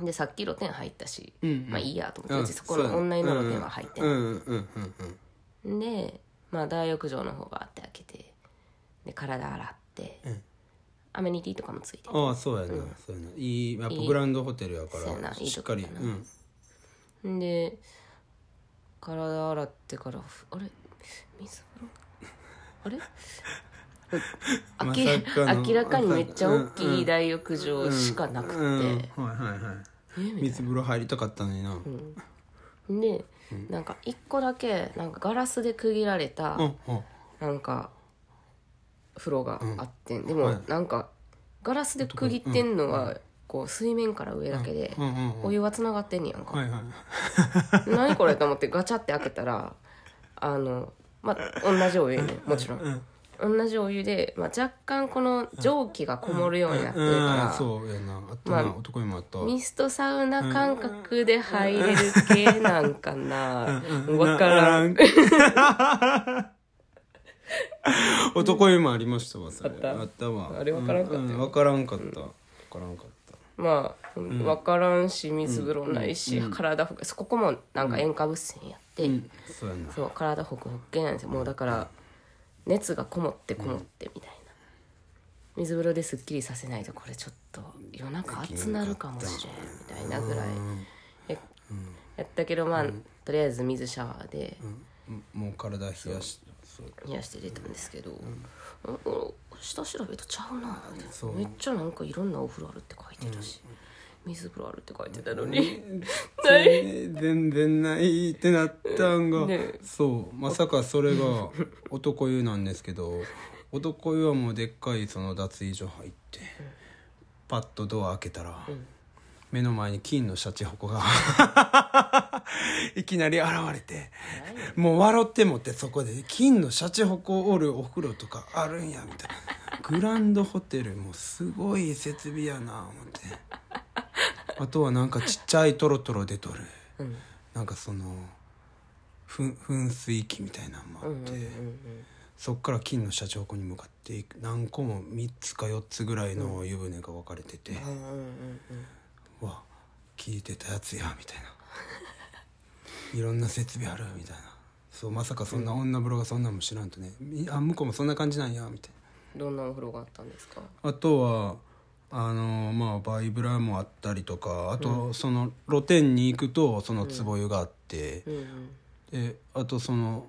[SPEAKER 2] でさっき露店入ったし、
[SPEAKER 1] うんうん
[SPEAKER 2] まあいいやと思って、
[SPEAKER 1] う
[SPEAKER 2] うんちそこの女湯の露店は入って
[SPEAKER 1] うん
[SPEAKER 2] な
[SPEAKER 1] う
[SPEAKER 2] い、
[SPEAKER 1] んうんうんうん
[SPEAKER 2] で、まあ、大浴場の方があって開けてで体洗って、
[SPEAKER 1] うん
[SPEAKER 2] アメニティとかもついてて
[SPEAKER 1] ああそうやな、そうやないいやっぱグランドホテルやか
[SPEAKER 2] そうや
[SPEAKER 1] ら
[SPEAKER 2] ないい
[SPEAKER 1] しっかり
[SPEAKER 2] とこや
[SPEAKER 1] うん
[SPEAKER 2] で体洗ってからふあれ水風呂あれ
[SPEAKER 1] ま
[SPEAKER 2] 明
[SPEAKER 1] さかの
[SPEAKER 2] 明らかにめっちゃ大きい大浴場しかなくて、
[SPEAKER 1] うんはいはいはい水風呂入りたかったのにな、
[SPEAKER 2] でなんか一個だけなんかガラスで区切られた
[SPEAKER 1] うんうん
[SPEAKER 2] なんか風呂があってん、で
[SPEAKER 1] はい
[SPEAKER 2] もなんかガラスで区切ってんのはこう水面から上だけで
[SPEAKER 1] うんうんうん
[SPEAKER 2] お湯はつながってんねやんか、
[SPEAKER 1] はいはい
[SPEAKER 2] 何これと思ってガチャって開けたらあのまあ同じお湯ねもちろん同じお湯で、まあ、若干この蒸気がこもるようになってる
[SPEAKER 1] うん
[SPEAKER 2] か
[SPEAKER 1] そうやなあったな、
[SPEAKER 2] まあ
[SPEAKER 1] 男にもあった
[SPEAKER 2] らミストサウナ感覚で入れる系なんかな分から ん
[SPEAKER 1] 男湯もありましたわそれ
[SPEAKER 2] あった
[SPEAKER 1] あったわ
[SPEAKER 2] あれわからんかったよ
[SPEAKER 1] うんうんわからんかったわからんかった
[SPEAKER 2] まあ分からんし水風呂ないし体ほくここもなんか塩化物線やって
[SPEAKER 1] そうやな
[SPEAKER 2] そう体ほくほく系なんですよもうだから熱がこもってこもってみたいな水風呂ですっきりさせないとこれちょっと夜中暑なるかもしれんみたいなぐらいや,、やったけどまあ、とりあえず水シャワーで
[SPEAKER 1] もう体冷やしそう
[SPEAKER 2] 冷やして出たんですけど、うん下調べとちゃうなみたいな
[SPEAKER 1] そう
[SPEAKER 2] めっちゃなんかいろんなお風呂あるって書いてたし、水風呂あるって書いてたのに、
[SPEAKER 1] 全然ないってなったんが、
[SPEAKER 2] ねえ
[SPEAKER 1] そうまさかそれが男湯なんですけど男湯はもうでっかいその脱衣所入ってパッとドア開けたら、目の前に金のシャチホコがいきなり現れてもう笑ってもってそこで金のシャチホコおるお風呂とかあるんやみたいな。グランドホテルもすごい設備やな思って。あとはなんかちっちゃいトロトロ出とる、なんかそのふん噴水器みたいなのもあって、そっから金の社長湖に向かっていく何個も3つか4つぐらいの湯船が分かれてて、
[SPEAKER 2] うんうんうん
[SPEAKER 1] うわ聞いてたやつやみたいないろんな設備あるみたいなそうまさかそんな女風呂がそんなんも知らんとね、みあ向こうもそんな感じなんやみたいな。
[SPEAKER 2] うん どんなお風呂があったんですか
[SPEAKER 1] あとはあのまあバイブラもあったりとかあとその露店に行くとその壺湯があって
[SPEAKER 2] う、んうん
[SPEAKER 1] であとその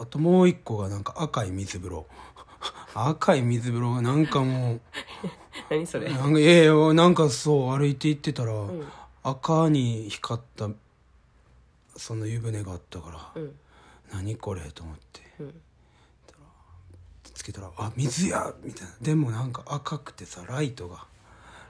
[SPEAKER 1] あともう一個がなんか赤い水風呂 赤い水風呂がなんかも
[SPEAKER 2] 何それ
[SPEAKER 1] うなんかいやいやなんかそう歩いて行ってたら、赤に光ったその湯船があったから、
[SPEAKER 2] うん
[SPEAKER 1] 何これと思って。
[SPEAKER 2] うん
[SPEAKER 1] つけたら「あ水や!」みたいなでもなんか赤くてさライトが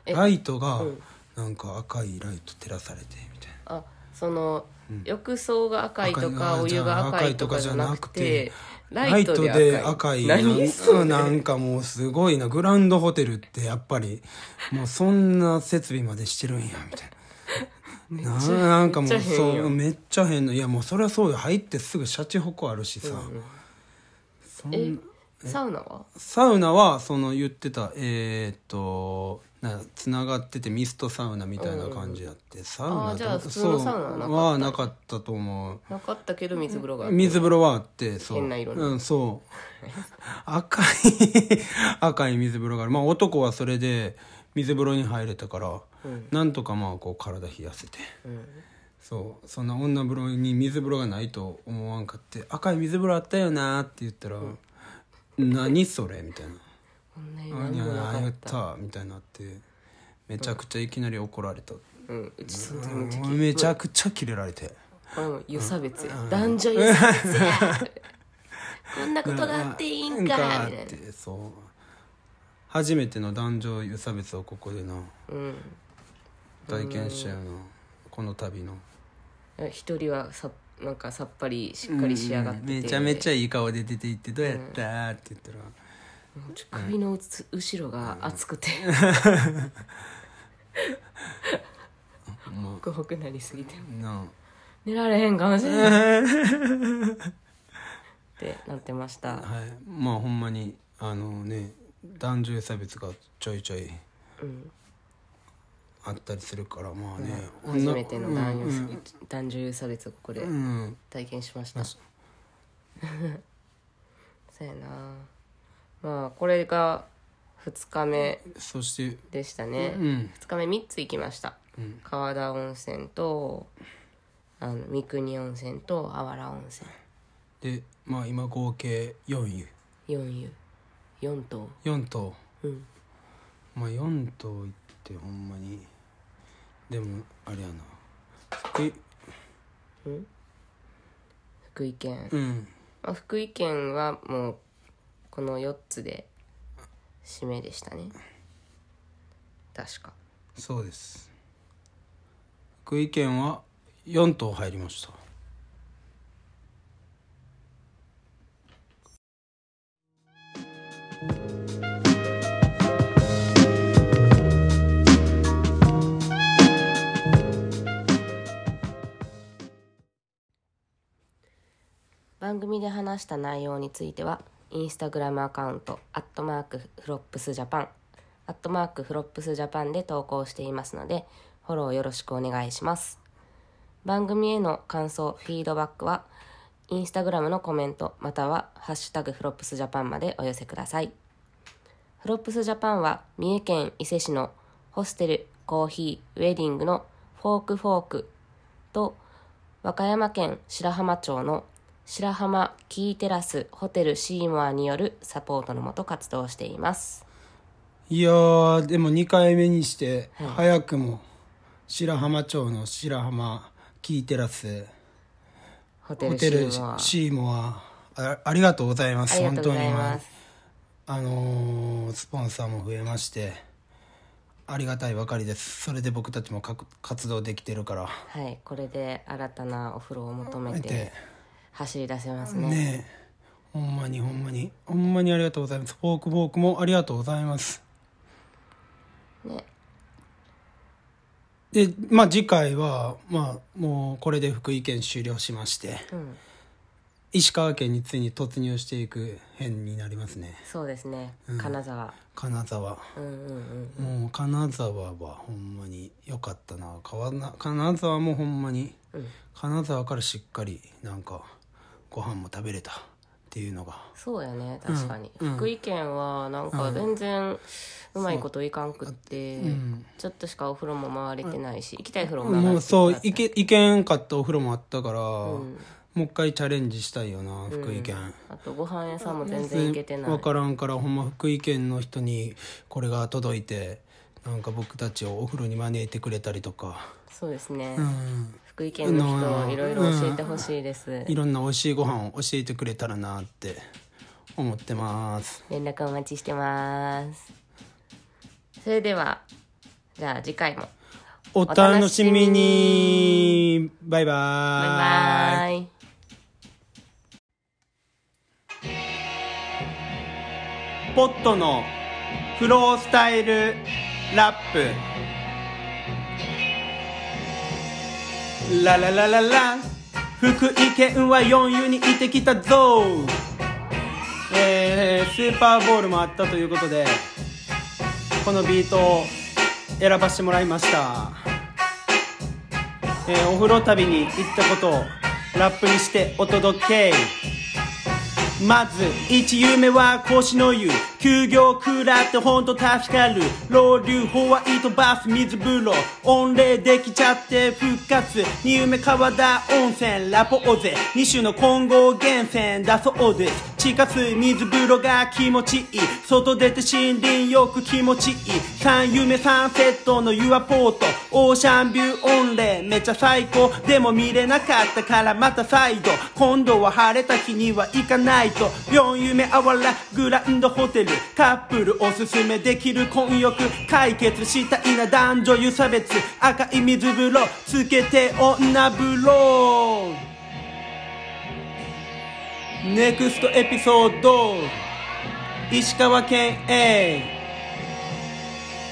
[SPEAKER 2] え
[SPEAKER 1] ライトが
[SPEAKER 2] うん
[SPEAKER 1] なんか赤いライト照らされてみたいな
[SPEAKER 2] あその、浴槽が赤いと
[SPEAKER 1] 赤い
[SPEAKER 2] かお湯が赤いとかじゃなくて
[SPEAKER 1] ラ
[SPEAKER 2] ラ
[SPEAKER 1] イ
[SPEAKER 2] イ
[SPEAKER 1] ト
[SPEAKER 2] ト
[SPEAKER 1] で
[SPEAKER 2] で
[SPEAKER 1] 赤
[SPEAKER 2] 赤
[SPEAKER 1] い
[SPEAKER 2] い
[SPEAKER 1] なん
[SPEAKER 2] 何そ
[SPEAKER 1] か
[SPEAKER 2] れ
[SPEAKER 1] なんかもうすごいなグランドホテルってやっぱりもうそんな設備までしてるんやみたいな。ななんかも
[SPEAKER 2] め
[SPEAKER 1] う
[SPEAKER 2] っちゃ変
[SPEAKER 1] そう
[SPEAKER 2] よ
[SPEAKER 1] めっちゃ変ないやもうそりゃそうよ入ってすぐシャチホコあるしさ、そんな
[SPEAKER 2] えサウナは
[SPEAKER 1] サウナはその言ってたえーっとなつながっててミストサウナみたいな感じやって、サウナ
[SPEAKER 2] あー
[SPEAKER 1] と
[SPEAKER 2] じゃあ普通のサウナはなかった
[SPEAKER 1] そうはなかったと思う
[SPEAKER 2] なかったけど水風呂があった
[SPEAKER 1] 水風呂はあってそう
[SPEAKER 2] 変な色の
[SPEAKER 1] うん、そう 赤い赤い水風呂があるまあ男はそれで水風呂に入れたから、なんとかまあこう体冷やせて、そうそんな女風呂に水風呂がないと思わんかって「赤い水風呂あったよな」って言ったら「何それ」みたいな。
[SPEAKER 2] こんなに
[SPEAKER 1] あ
[SPEAKER 2] 何
[SPEAKER 1] にゃ
[SPEAKER 2] もな
[SPEAKER 1] あ
[SPEAKER 2] か
[SPEAKER 1] や
[SPEAKER 2] っ
[SPEAKER 1] ったたみたいになってめちゃくちゃいきなり怒られた、
[SPEAKER 2] うんうちその時
[SPEAKER 1] もうめちゃくちゃキレられて
[SPEAKER 2] これもう湯差別や男女湯差別 やこんなことがあっていいんか
[SPEAKER 1] なん
[SPEAKER 2] みたい
[SPEAKER 1] っ
[SPEAKER 2] な
[SPEAKER 1] てそう初めての男女湯差別をここでな
[SPEAKER 2] うん
[SPEAKER 1] 体験したよなこの旅の
[SPEAKER 2] 一人はさなんかさっぱりしっかり仕上がってて、
[SPEAKER 1] めちゃめちゃいい顔で出て行って「どうやった?」って言ったら
[SPEAKER 2] ちょ首のうつ後ろが熱くて、 ホクホクなりすぎて
[SPEAKER 1] 「な
[SPEAKER 2] 寝られへんかも しれないってなってました
[SPEAKER 1] あはいまあほんまにあのね男女湯差別がちょいちょい
[SPEAKER 2] うん
[SPEAKER 1] あったりするからまあね、
[SPEAKER 2] 初めての
[SPEAKER 1] 女
[SPEAKER 2] 男女差別男女優差別をここで
[SPEAKER 1] うん
[SPEAKER 2] 体験しました、 そうやなまあこれが2日目
[SPEAKER 1] そして
[SPEAKER 2] でしたね、
[SPEAKER 1] うん
[SPEAKER 2] 2日目3つ行きました、川田温泉とあの三国温泉とあわら温泉
[SPEAKER 1] でまあ今合計4湯
[SPEAKER 2] 4湯4頭
[SPEAKER 1] 4頭
[SPEAKER 2] うん
[SPEAKER 1] まあ4頭行ってほんまにでもあれやなえ
[SPEAKER 2] 福井県、
[SPEAKER 1] うん
[SPEAKER 2] まあ、福井県はもうこの4つで締めでしたね確か
[SPEAKER 1] そうです福井県は4頭入りました
[SPEAKER 2] 番組で話した内容についてはインスタグラムアカウント「アットマークフロップスジャパン」「アットマークフロップスジャパン」で投稿していますのでフォローよろしくお願いします番組への感想フィードバックはインスタグラムのコメントまたは「ハッシュタグフロップスジャパン」までお寄せくださいフロップスジャパンは三重県伊勢市のホステル、コーヒー、ウェディングのフォークフォークと和歌山県白浜町の白浜キーテラスホテルシーモアによるサポートのもと活動しています。
[SPEAKER 1] いやーでも2回目にして早くも白浜町の白浜キーテラス
[SPEAKER 2] ホテ
[SPEAKER 1] ホ
[SPEAKER 2] ル
[SPEAKER 1] テ
[SPEAKER 2] シ
[SPEAKER 1] ル
[SPEAKER 2] ーモア。
[SPEAKER 1] シーモアあありがとうございま
[SPEAKER 2] あ
[SPEAKER 1] す
[SPEAKER 2] りが
[SPEAKER 1] 本
[SPEAKER 2] とう
[SPEAKER 1] 当
[SPEAKER 2] ご
[SPEAKER 1] に
[SPEAKER 2] ざいます。
[SPEAKER 1] あのースポンサーも増えましてありがたいばかりですそれで僕たちもかく活動できてるから
[SPEAKER 2] はい、これで新たなお風呂を求めて
[SPEAKER 1] で
[SPEAKER 2] 走り出せますね。
[SPEAKER 1] ねえほんまにほんまにほんまにありがとうございますフォークフォークもありがとうございます
[SPEAKER 2] ね
[SPEAKER 1] でまあ次回はまあもうこれで福井県終了しまして
[SPEAKER 2] うん、
[SPEAKER 1] 石川県についに突入していく編になりますね
[SPEAKER 2] そうですね。金沢。
[SPEAKER 1] 金沢
[SPEAKER 2] うんうんうん。
[SPEAKER 1] もう金沢はほんまに良かったな変わんな金沢もほんまに、金沢からしっかりなんかご飯も食べれたっていうのが
[SPEAKER 2] そうやね確かに、福井県はなんか全然うまいこといかんくって、ちょっとしかお風呂も回れてないし行きたい風呂も
[SPEAKER 1] も
[SPEAKER 2] な
[SPEAKER 1] う
[SPEAKER 2] いし
[SPEAKER 1] そういけいけんかったお風呂もあったから、もう一回チャレンジしたいよな福井県、
[SPEAKER 2] あとご飯屋さんも全然行けてない、
[SPEAKER 1] 分からんからほんま福井県の人にこれが届いてなんか僕たちをお風呂に招いてくれたりとか、
[SPEAKER 2] そうですね、
[SPEAKER 1] うん、
[SPEAKER 2] 福井県の人いろいろ教えてほしいです、
[SPEAKER 1] いろんな美味しいご飯を教えてくれたらなって思ってます
[SPEAKER 2] 連絡お待ちしてますそれではじゃあ次回も
[SPEAKER 1] お楽しみにバイバ
[SPEAKER 2] バ
[SPEAKER 1] ー
[SPEAKER 2] イ
[SPEAKER 1] イ
[SPEAKER 2] バイ
[SPEAKER 1] ポットのフロースタイルラップラララララ福井県は4湯に行ってきたぞえー、スーパーボールもあったということでこのビートを選ばしてもらいました、えー、お風呂旅に行ったことをラップにしてお届けまず一夢は腰の湯休業くらってほんと助かる老流ホワイトバス水風呂御礼できちゃって復活二夢川田温泉ラポーゼ二種の混合源泉だそうです地下水水風呂が気持ちいい外出て森林よく気持ちいい三夢サンセットの湯アポートオーシャンビュー御礼めちゃ最高でも見れなかったからまた再度今度は晴れた日には行かないと4夢あわらグランドホテルカップルおすすめできる混浴解決したいな男女湯差別赤い水風呂つけて女風呂ネクストエピソード石川県 A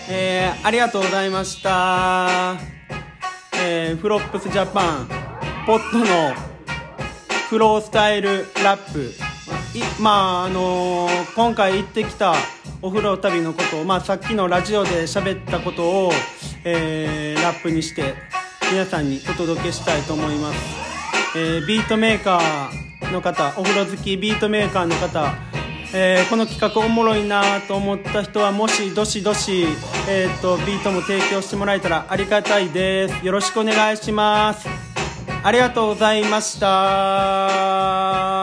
[SPEAKER 1] えー、ありがとうございましたえー、フロップスジャパンポットのフロースタイルラップいまああのー今回行ってきたお風呂旅のことを、まあ、さっきのラジオで喋ったことを、えーラップにして皆さんにお届けしたいと思います、えービートメーカーの方お風呂好きビートメーカーの方、えーこの企画おもろいなと思った人はもしどしどし、えー、とビートも提供してもらえたらありがたいですよろしくお願いしますありがとうございました。